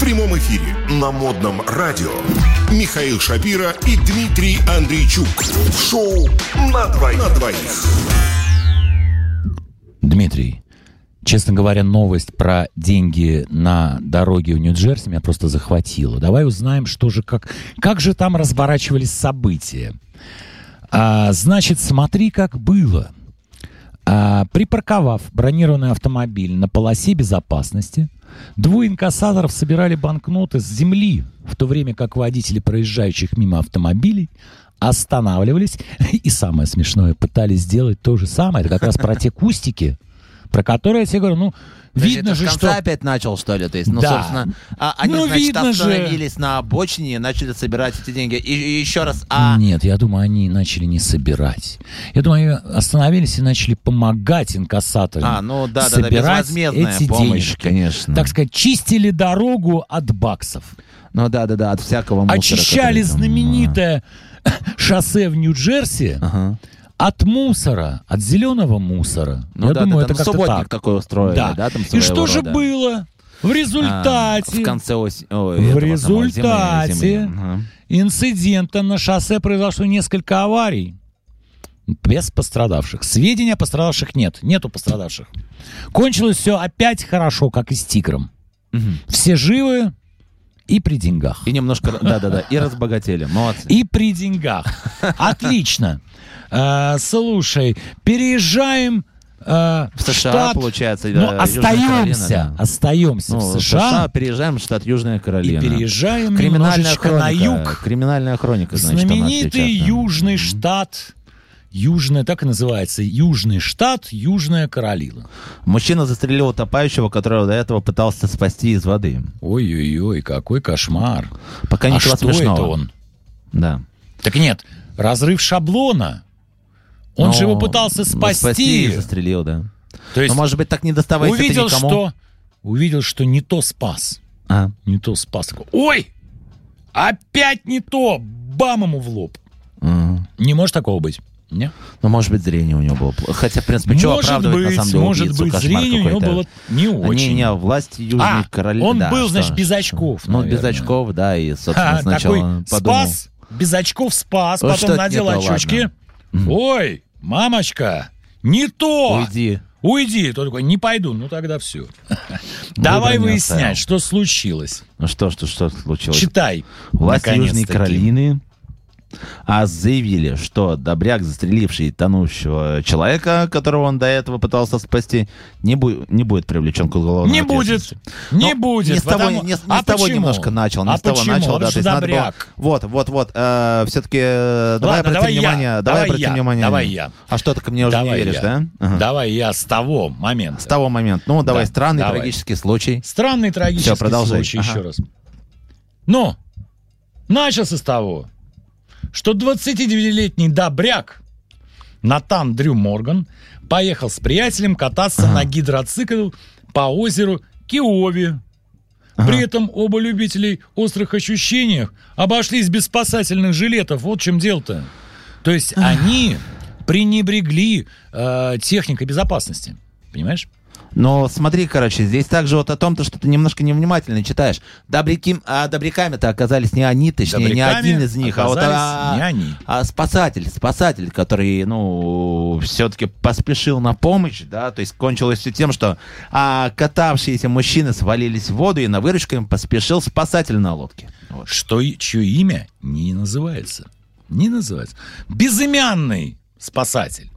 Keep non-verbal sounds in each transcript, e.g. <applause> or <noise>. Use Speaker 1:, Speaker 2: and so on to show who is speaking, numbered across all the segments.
Speaker 1: прямом эфире на модном радио Михаил Шапира и Дмитрий Андрейчук. В шоу на двоих. На двоих.
Speaker 2: Дмитрий, честно говоря, новость про деньги на дороге в Нью-Джерси меня просто захватила. Давай узнаем, что же, как, как же там разворачивались события. А, значит, смотри, как было. А, припарковав бронированный автомобиль на полосе безопасности, двое инкассаторов собирали банкноты с земли, в то время как водители проезжающих мимо автомобилей останавливались <laughs> и, самое смешное, пытались сделать то же самое. Это как раз про те кустики, про которые я тебе говорю, ну,
Speaker 3: Подожди,
Speaker 2: видно
Speaker 3: ты с
Speaker 2: же,
Speaker 3: конца
Speaker 2: что...
Speaker 3: опять начал, что ли? То есть, ну,
Speaker 2: Да.
Speaker 3: собственно, а, они,
Speaker 2: Ну,
Speaker 3: значит,
Speaker 2: видно же.
Speaker 3: остановились на обочине и начали собирать эти деньги. И, и еще раз, а...
Speaker 2: Нет, я думаю, они начали не собирать. Я думаю, они остановились и начали помогать инкассаторам
Speaker 3: А, ну да, да, да,
Speaker 2: собирать
Speaker 3: безвозмездная
Speaker 2: эти
Speaker 3: помощь,
Speaker 2: денежки.
Speaker 3: конечно.
Speaker 2: Так сказать, чистили дорогу от баксов.
Speaker 3: Ну да, да, да, от всякого мусора.
Speaker 2: очищали
Speaker 3: который там,
Speaker 2: знаменитое <laughs> шоссе в Нью-Джерси
Speaker 3: а. Ага.
Speaker 2: от мусора, от зеленого мусора.
Speaker 3: Ну
Speaker 2: я
Speaker 3: да,
Speaker 2: думаю,
Speaker 3: да,
Speaker 2: это
Speaker 3: там
Speaker 2: как-то
Speaker 3: субботник
Speaker 2: так.
Speaker 3: такой устроили, да, там
Speaker 2: И
Speaker 3: своего
Speaker 2: что же
Speaker 3: рода.
Speaker 2: было? В
Speaker 3: А,
Speaker 2: результате...
Speaker 3: в конце осени. ой,
Speaker 2: В
Speaker 3: этого самого, зимы,
Speaker 2: результате
Speaker 3: зимы, ага.
Speaker 2: инцидента на шоссе произошло несколько аварий. Без пострадавших. Сведения о пострадавших нет. Нету пострадавших. Кончилось все опять хорошо, как и с тигром.
Speaker 3: Мгм.
Speaker 2: Все живы и при деньгах.
Speaker 3: И немножко, да-да-да, и разбогатели. Молодцы.
Speaker 2: И при
Speaker 3: <laughs>
Speaker 2: деньгах. Отлично. Э, Слушай, переезжаем э,
Speaker 3: В США,
Speaker 2: штат.
Speaker 3: получается,
Speaker 2: Ну,
Speaker 3: да, Южная
Speaker 2: остаемся.
Speaker 3: Каролина, да.
Speaker 2: Остаемся
Speaker 3: Ну,
Speaker 2: в США
Speaker 3: переежаем в штат Южная
Speaker 2: и
Speaker 3: Каролина.
Speaker 2: переезжаем
Speaker 3: а. Криминальная
Speaker 2: немножечко
Speaker 3: хроника.
Speaker 2: на юг.
Speaker 3: Криминальная хроника, значит, она
Speaker 2: Знаменитый
Speaker 3: сейчас, да.
Speaker 2: южный штат. Южная, так и называется. Южный штат, Южная Каролина.
Speaker 3: Мужчина застрелил утопающего, которого до этого пытался спасти из воды.
Speaker 2: Ой-ой-ой, какой кошмар.
Speaker 3: Пока
Speaker 2: а
Speaker 3: ничего
Speaker 2: что
Speaker 3: смешного.
Speaker 2: это он?
Speaker 3: Да.
Speaker 2: Так нет, разрыв шаблона. Он
Speaker 3: Но-
Speaker 2: же его пытался
Speaker 3: ну,
Speaker 2: спасти.
Speaker 3: Спасти и застрелил, да.
Speaker 2: То есть
Speaker 3: Но, может быть, так не доставайся ты
Speaker 2: увидел,
Speaker 3: никому.
Speaker 2: что увидел, что не то спас.
Speaker 3: А.
Speaker 2: Не то спас. Такой, Ой! Опять не то! Бам ему в лоб.
Speaker 3: Мгм.
Speaker 2: Не может такого быть. Не?
Speaker 3: Ну, может быть, зрение у него было. плохо. Хотя, в принципе, Ну чего
Speaker 2: может
Speaker 3: оправдывать,
Speaker 2: быть,
Speaker 3: на самом деле,
Speaker 2: может
Speaker 3: убийцу?
Speaker 2: быть,
Speaker 3: Кошмар
Speaker 2: зрение у него
Speaker 3: какой-то.
Speaker 2: было не
Speaker 3: Они
Speaker 2: очень.
Speaker 3: не власть Южной
Speaker 2: А,
Speaker 3: Каролины.
Speaker 2: он
Speaker 3: да,
Speaker 2: был,
Speaker 3: что
Speaker 2: значит,
Speaker 3: ж.
Speaker 2: без очков,
Speaker 3: Ну, без
Speaker 2: наверное.
Speaker 3: очков, да, и, собственно,
Speaker 2: Ха,
Speaker 3: сначала
Speaker 2: такой
Speaker 3: подумал.
Speaker 2: спас, без очков спас,
Speaker 3: Ну,
Speaker 2: потом
Speaker 3: что-то
Speaker 2: надел
Speaker 3: не то,
Speaker 2: очочки.
Speaker 3: ладно.
Speaker 2: Ой, мамочка, не то!
Speaker 3: Уйди.
Speaker 2: Уйди. Тот такой, не пойду, ну тогда все. Давай
Speaker 3: Выбора Ну, не
Speaker 2: выяснять,
Speaker 3: оставил.
Speaker 2: что случилось.
Speaker 3: Ну что, что, что случилось?
Speaker 2: Читай.
Speaker 3: Власти Южной
Speaker 2: наконец-таки.
Speaker 3: Каролины а заявили, что добряк, застреливший тонущего человека, которого он до этого пытался спасти, не, бу- не будет привлечен к уголовной
Speaker 2: Не будет.
Speaker 3: ответственности.
Speaker 2: Не
Speaker 3: Ну,
Speaker 2: будет.
Speaker 3: Не с того,
Speaker 2: потому-
Speaker 3: не с- не
Speaker 2: А
Speaker 3: с того
Speaker 2: почему?
Speaker 3: немножко начал. Не
Speaker 2: а
Speaker 3: с того
Speaker 2: почему?
Speaker 3: начал,
Speaker 2: Он
Speaker 3: да.
Speaker 2: же
Speaker 3: то есть надо было-
Speaker 2: добряк.
Speaker 3: Вот, вот, вот. э, все-таки э, давай
Speaker 2: Ладно,
Speaker 3: обратим
Speaker 2: давай я,
Speaker 3: внимание.
Speaker 2: давай
Speaker 3: обратим
Speaker 2: я,
Speaker 3: внимание.
Speaker 2: давай я.
Speaker 3: А что ты ко мне уже не
Speaker 2: Давай
Speaker 3: веришь,
Speaker 2: я.
Speaker 3: да? Ага.
Speaker 2: Давай я с того
Speaker 3: С
Speaker 2: момента.
Speaker 3: того момента. Ну, давай,
Speaker 2: Да,
Speaker 3: странный
Speaker 2: давай.
Speaker 3: трагический случай.
Speaker 2: Странный трагический
Speaker 3: Всё, продолжай.
Speaker 2: случай,
Speaker 3: Ага.
Speaker 2: еще раз. Ну, начался с того, что 29-летний добряк Натан Дрю Морган поехал с приятелем кататься
Speaker 3: Ага.
Speaker 2: на гидроцикл по озеру Киови.
Speaker 3: Ага.
Speaker 2: При этом оба любителей острых ощущений обошлись без спасательных жилетов. Вот в чем дело-то. То есть они пренебрегли э, техникой безопасности. Понимаешь?
Speaker 3: Но смотри, короче, здесь также вот о том, то, что ты немножко невнимательно читаешь. Добряки, а добряками-то оказались не они, точнее, не
Speaker 2: Добряками
Speaker 3: один из них, а вот
Speaker 2: оказались
Speaker 3: а,
Speaker 2: не они.
Speaker 3: а спасатель, спасатель, который, ну, все-таки поспешил на помощь, да, то есть кончилось все тем, что а, катавшиеся мужчины свалились в воду, и на выручку им поспешил спасатель на лодке. Вот.
Speaker 2: что и- чье имя не называется. Не называется. Безымянный спасатель.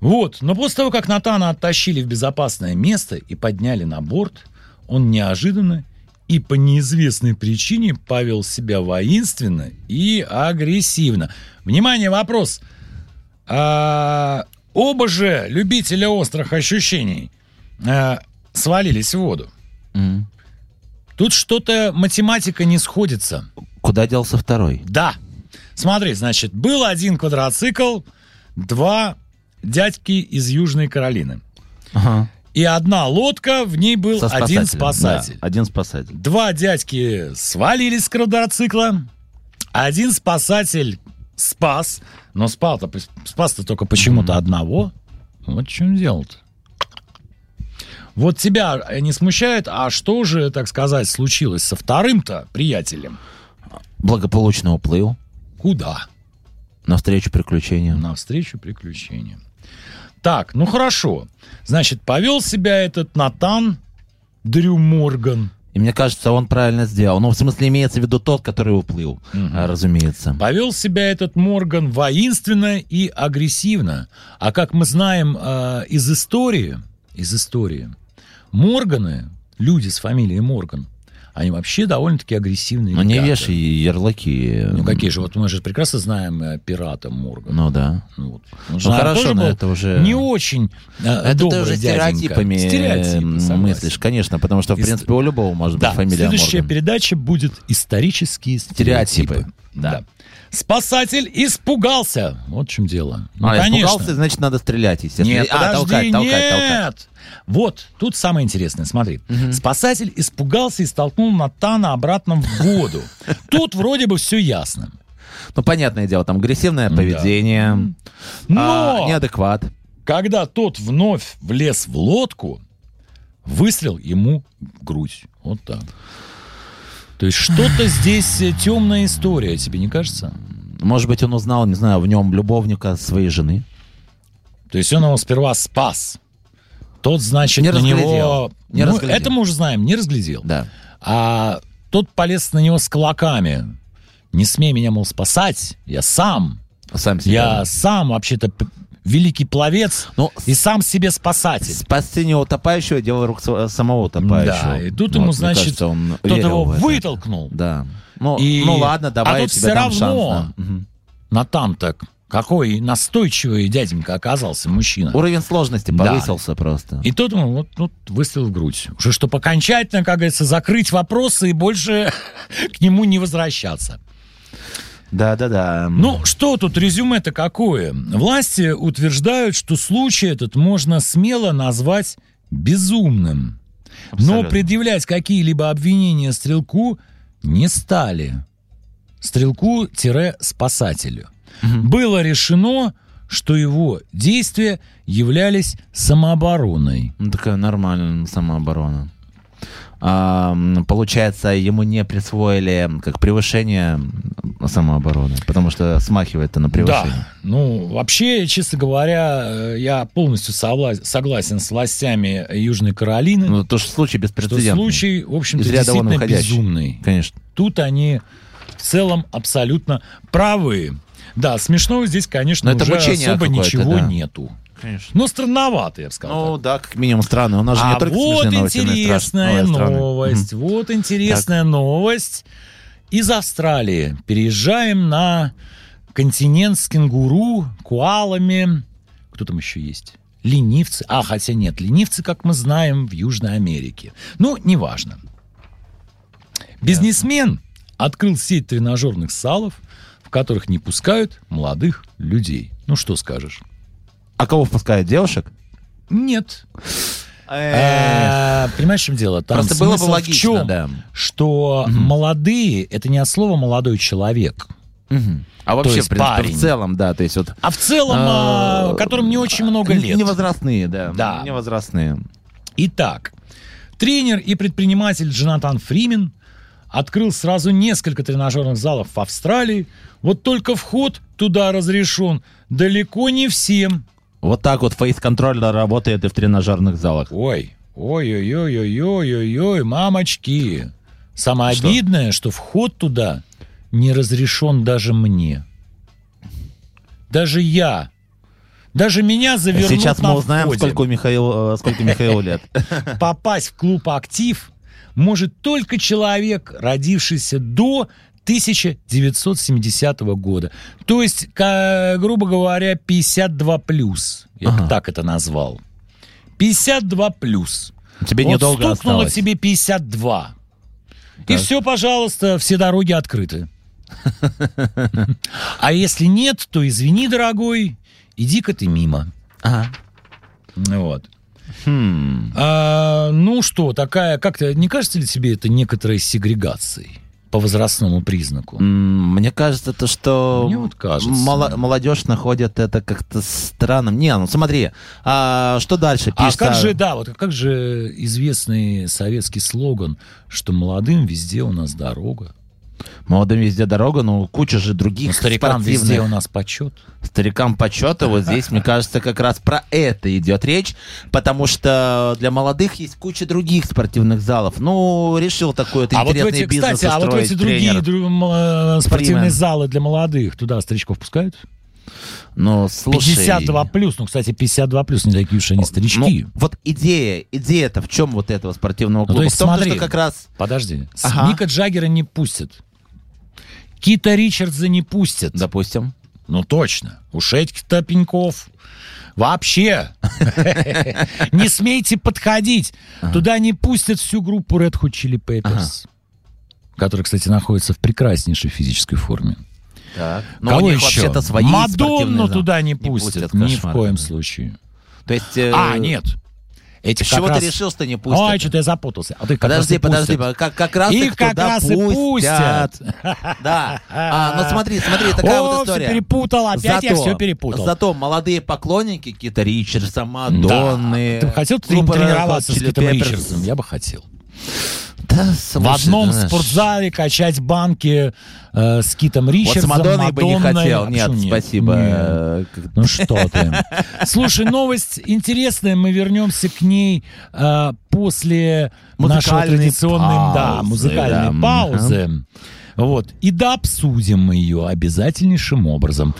Speaker 2: Вот, но после того, как Натана оттащили в безопасное место и подняли на борт, он неожиданно и по неизвестной причине повел себя воинственно и агрессивно. Внимание, вопрос. А, оба же любителя острых ощущений а, свалились в воду.
Speaker 3: М.
Speaker 2: Тут что-то математика не сходится.
Speaker 3: Куда делся второй?
Speaker 2: Да. Смотри, значит, был один квадроцикл, два дядьки из Южной Каролины.
Speaker 3: Ага.
Speaker 2: И одна лодка, в ней был
Speaker 3: Со
Speaker 2: один
Speaker 3: спасателем, да,
Speaker 2: спасатель.
Speaker 3: один спасатель.
Speaker 2: Два дядьки свалились с квадроцикла, один спасатель спас, но спал-то, пос- спас-то только почему-то одного. Вот в чем дело-то. Вот тебя не смущает, а что же, так сказать, случилось со вторым-то приятелем?
Speaker 3: Благополучно уплыл
Speaker 2: Куда?
Speaker 3: навстречу приключениям.
Speaker 2: Ну. Навстречу приключениям. Так, ну хорошо. Значит, повел себя этот Натан Дрю Морган.
Speaker 3: И мне кажется, он правильно сделал. Ну, в смысле, имеется в виду тот, который уплыл, а, разумеется.
Speaker 2: Повел себя этот Морган воинственно и агрессивно. А как мы знаем э, из истории, из истории, Морганы, люди с фамилией Морган, они вообще довольно-таки агрессивные.
Speaker 3: Ну, не
Speaker 2: ребята.
Speaker 3: вешай ярлыки.
Speaker 2: Ну какие же, вот мы же прекрасно знаем э, пирата Моргана.
Speaker 3: Ну, да.
Speaker 2: Ну, вот. Он же,
Speaker 3: Ну,
Speaker 2: наверное,
Speaker 3: хорошо,
Speaker 2: тоже
Speaker 3: но
Speaker 2: был
Speaker 3: это уже...
Speaker 2: Не очень э,
Speaker 3: Это ты
Speaker 2: добрый
Speaker 3: уже
Speaker 2: дяденька.
Speaker 3: стереотипами
Speaker 2: Стереотипы,
Speaker 3: эм,
Speaker 2: согласен.
Speaker 3: мыслишь, конечно, потому что, в
Speaker 2: Ист-
Speaker 3: принципе, у любого может
Speaker 2: Да,
Speaker 3: быть фамилия
Speaker 2: следующая
Speaker 3: Морган.
Speaker 2: передача будет исторические стереотипы.
Speaker 3: Стереотипы,
Speaker 2: Да.
Speaker 3: да.
Speaker 2: Спасатель испугался. Вот в чем дело. Ну,
Speaker 3: А,
Speaker 2: конечно.
Speaker 3: испугался, значит, надо стрелять, естественно.
Speaker 2: Нет,
Speaker 3: а,
Speaker 2: подожди,
Speaker 3: толкать, толкать,
Speaker 2: нет.
Speaker 3: толкать.
Speaker 2: Вот, тут самое интересное, смотри. Спасатель испугался и столкнул Натана обратно в
Speaker 3: <laughs>
Speaker 2: воду. Тут вроде бы все ясно.
Speaker 3: Ну, понятное дело, там агрессивное поведение, а,
Speaker 2: Но
Speaker 3: неадекват.
Speaker 2: когда тот вновь влез в лодку, выстрел ему в грудь. Вот так. То есть что-то здесь э, темная история, тебе не кажется?
Speaker 3: Может быть, он узнал, не знаю, в нем любовника своей жены.
Speaker 2: То есть он его сперва спас. Тот, значит,
Speaker 3: Не
Speaker 2: на
Speaker 3: разглядел.
Speaker 2: него...
Speaker 3: Не
Speaker 2: ну,
Speaker 3: разглядел.
Speaker 2: это мы уже знаем, не разглядел.
Speaker 3: Да.
Speaker 2: А тот полез на него с кулаками. Не смей меня, мол, спасать. Я сам.
Speaker 3: Сам себя.
Speaker 2: Я сам, вообще-то, п- великий пловец
Speaker 3: Ну,
Speaker 2: и сам себе спасатель.
Speaker 3: спасти не утопающего, а дело рук со- самого утопающего.
Speaker 2: Да, и тут
Speaker 3: Вот,
Speaker 2: ему,
Speaker 3: мне
Speaker 2: значит,
Speaker 3: кажется, он
Speaker 2: Кто-то
Speaker 3: верил
Speaker 2: его
Speaker 3: в это.
Speaker 2: вытолкнул.
Speaker 3: Да. Ну,
Speaker 2: И-
Speaker 3: ну ладно, давай
Speaker 2: а
Speaker 3: у
Speaker 2: тут
Speaker 3: тебя
Speaker 2: всё
Speaker 3: там
Speaker 2: равно.
Speaker 3: шанс. да. Мгм.
Speaker 2: Натан так. Какой настойчивый дяденька оказался мужчина.
Speaker 3: Уровень сложности
Speaker 2: Да.
Speaker 3: повысился просто.
Speaker 2: И тот ему вот, вот выстрел в грудь. Уже чтобы окончательно, как говорится, закрыть вопросы и больше <laughs> к нему не возвращаться.
Speaker 3: Да, да, да.
Speaker 2: Ну, что тут резюме-то какое? Власти утверждают, что случай этот можно смело назвать безумным. Но
Speaker 3: Абсолютно.
Speaker 2: предъявлять какие-либо обвинения стрелку не стали. Стрелку-спасателю. Было решено, что его действия являлись самообороной.
Speaker 3: Ну, такая нормальная самооборона. А, м, получается, ему не присвоили как превышение самообороны, потому что смахивает это на превышение.
Speaker 2: Да. Ну, вообще, честно говоря, э, я полностью совла- согласен с властями Южной Каролины,
Speaker 3: Ну, то что
Speaker 2: что
Speaker 3: случай беспрецедентный.
Speaker 2: случай, в общем-то,
Speaker 3: Из ряда вон
Speaker 2: действительно
Speaker 3: выходящий.
Speaker 2: безумный.
Speaker 3: Конечно.
Speaker 2: Тут они в целом абсолютно правы. Да, смешного здесь, конечно,
Speaker 3: Но это
Speaker 2: уже
Speaker 3: мучение
Speaker 2: особо
Speaker 3: какое-то,
Speaker 2: ничего
Speaker 3: да.
Speaker 2: нету.
Speaker 3: Конечно.
Speaker 2: Но странновато, я бы сказал. так.
Speaker 3: Ну да, как минимум странно. У нас же
Speaker 2: а
Speaker 3: не только
Speaker 2: вот
Speaker 3: смешные новости, но и
Speaker 2: интересная
Speaker 3: страшные. Ой, странные.
Speaker 2: новость. Вот интересная новость. Из Австралии переезжаем на континент с кенгуру, куалами. Кто там еще есть? Ленивцы. А, хотя нет, ленивцы, как мы знаем, в Южной Америке. Ну, неважно. Бизнесмен открыл сеть тренажерных салов, в которых не пускают молодых людей. Ну, что скажешь?
Speaker 3: А кого впускают? Девушек?
Speaker 2: Нет,
Speaker 3: Эх,
Speaker 2: Э, Понимаешь, в чем дело? Там
Speaker 3: Просто было бы
Speaker 2: смысл в
Speaker 3: логично,
Speaker 2: чем?
Speaker 3: да.
Speaker 2: Что молодые это не от слова молодой человек,
Speaker 3: Мгм. А вообще,
Speaker 2: есть
Speaker 3: в принципе,
Speaker 2: парень.
Speaker 3: в целом, да, то есть вот...
Speaker 2: а в целом,
Speaker 3: Э, а,
Speaker 2: а, которым не очень много
Speaker 3: н-
Speaker 2: лет.
Speaker 3: Невозрастные, да.
Speaker 2: Да.
Speaker 3: Невозрастные.
Speaker 2: Итак, тренер и предприниматель Джонатан Фримен открыл сразу несколько тренажерных залов в Австралии. Вот только вход туда разрешен далеко не всем.
Speaker 3: Вот так вот фейс-контроль работает и в тренажерных залах.
Speaker 2: Ой, ой-ой-ой-ой-ой-ой, мамочки. Самое обидное, что вход туда не разрешен даже мне. Даже я. Даже меня завернут
Speaker 3: Сейчас
Speaker 2: на
Speaker 3: мы узнаем,
Speaker 2: входе.
Speaker 3: сколько у Михаила, э, сколько Михаилу <laughs> лет.
Speaker 2: <laughs> Попасть в клуб «Актив» может только человек, родившийся до 1970 года. То есть, ка- грубо говоря, 52+. плюс. Я бы
Speaker 3: Ага.
Speaker 2: так это назвал. 52+. плюс.
Speaker 3: Тебе
Speaker 2: Вот
Speaker 3: недолго
Speaker 2: стукнуло
Speaker 3: осталось.
Speaker 2: тебе 52. И
Speaker 3: Так.
Speaker 2: все, пожалуйста, все дороги открыты. А если нет, то извини, дорогой, иди-ка ты мимо.
Speaker 3: Ага.
Speaker 2: Вот.
Speaker 3: Хм.
Speaker 2: А, ну что, такая, как-то, не кажется ли тебе это некоторой сегрегацией? по возрастному признаку?
Speaker 3: М, Мне кажется, то, что
Speaker 2: Мне вот кажется.
Speaker 3: мало- молодежь находит это как-то странным. Не, ну смотри, а что дальше?
Speaker 2: А
Speaker 3: Пишется-
Speaker 2: как же, да, вот как же известный советский слоган, что молодым везде у нас дорога,
Speaker 3: А, Молодым везде дорога, но куча же других
Speaker 2: ну, старикам
Speaker 3: спортивных.
Speaker 2: везде у нас почет.
Speaker 3: Старикам почета. Вот здесь, мне кажется, как раз про это идет речь, потому что для молодых есть куча других спортивных залов. Ну, решил такой вот
Speaker 2: А вот в
Speaker 3: интересный
Speaker 2: эти,
Speaker 3: бизнес
Speaker 2: кстати, а вот в эти
Speaker 3: устроить
Speaker 2: другие
Speaker 3: тренер.
Speaker 2: дру- м, э, спортивные
Speaker 3: Фримен.
Speaker 2: залы для молодых, туда старичков пускают?
Speaker 3: Ну, слушай...
Speaker 2: 52 плюс, ну, кстати, 52 плюс, не такие уж они старички. Ну,
Speaker 3: Ну, вот идея, идея-то в чем вот этого спортивного
Speaker 2: то
Speaker 3: клуба?
Speaker 2: есть
Speaker 3: в том, то,
Speaker 2: смотри.
Speaker 3: что как раз...
Speaker 2: Подожди, С-
Speaker 3: Ага.
Speaker 2: Мика Джаггера не пустят. Кита Ричардса не пустят.
Speaker 3: Допустим.
Speaker 2: Ну точно. Уж этих-то пеньков. Вообще. <laughs> Не смейте подходить. Туда не пустят всю группу Red Hot Chili Peppers. Которая, кстати, находится в прекраснейшей физической форме.
Speaker 3: Так. Но
Speaker 2: Кого
Speaker 3: у них
Speaker 2: еще?
Speaker 3: вообще-то свои спортивные
Speaker 2: Мадонну
Speaker 3: залы.
Speaker 2: туда не
Speaker 3: Не пустят,
Speaker 2: пустят. Ни в
Speaker 3: кошмар
Speaker 2: коем
Speaker 3: какой.
Speaker 2: случае.
Speaker 3: То есть... э,
Speaker 2: А, нет. Эти
Speaker 3: С
Speaker 2: как
Speaker 3: чего
Speaker 2: раз-
Speaker 3: ты решил, что не пустят?
Speaker 2: Ой, что-то я запутался. А ты как раз
Speaker 3: Подожди,
Speaker 2: и
Speaker 3: подожди,
Speaker 2: пустят.
Speaker 3: как, как раз
Speaker 2: Их
Speaker 3: их
Speaker 2: как
Speaker 3: туда
Speaker 2: раз и
Speaker 3: пустят.
Speaker 2: пустят.
Speaker 3: Да. А, ну смотри, смотри, такая
Speaker 2: О,
Speaker 3: вот
Speaker 2: всё
Speaker 3: история.
Speaker 2: перепутал, опять я
Speaker 3: Зато-
Speaker 2: все перепутал.
Speaker 3: Зато молодые поклонники Кита Ричардса, Мадонны.
Speaker 2: А, Ты бы хотел
Speaker 3: группы Red Hot
Speaker 2: тренироваться с
Speaker 3: Chili
Speaker 2: Китом
Speaker 3: Peppers?
Speaker 2: Ричардсом? Я бы хотел.
Speaker 3: Да,
Speaker 2: В
Speaker 3: слушай,
Speaker 2: одном
Speaker 3: ты знаешь.
Speaker 2: спортзале качать банки э, с Китом
Speaker 3: Вот с
Speaker 2: Ричардсом,
Speaker 3: Мадонной бы не
Speaker 2: Мадонной.
Speaker 3: хотел.
Speaker 2: А
Speaker 3: Нет,
Speaker 2: почему
Speaker 3: спасибо.
Speaker 2: Нет.
Speaker 3: Э, как-
Speaker 2: Ну что ты. Слушай, новость интересная. Мы вернемся к ней э, после нашего
Speaker 3: Музыкальной
Speaker 2: традиционной да,
Speaker 3: паузы,
Speaker 2: музыкальной
Speaker 3: да.
Speaker 2: паузы. Вот. И да, обсудим мы ее обязательнейшим образом.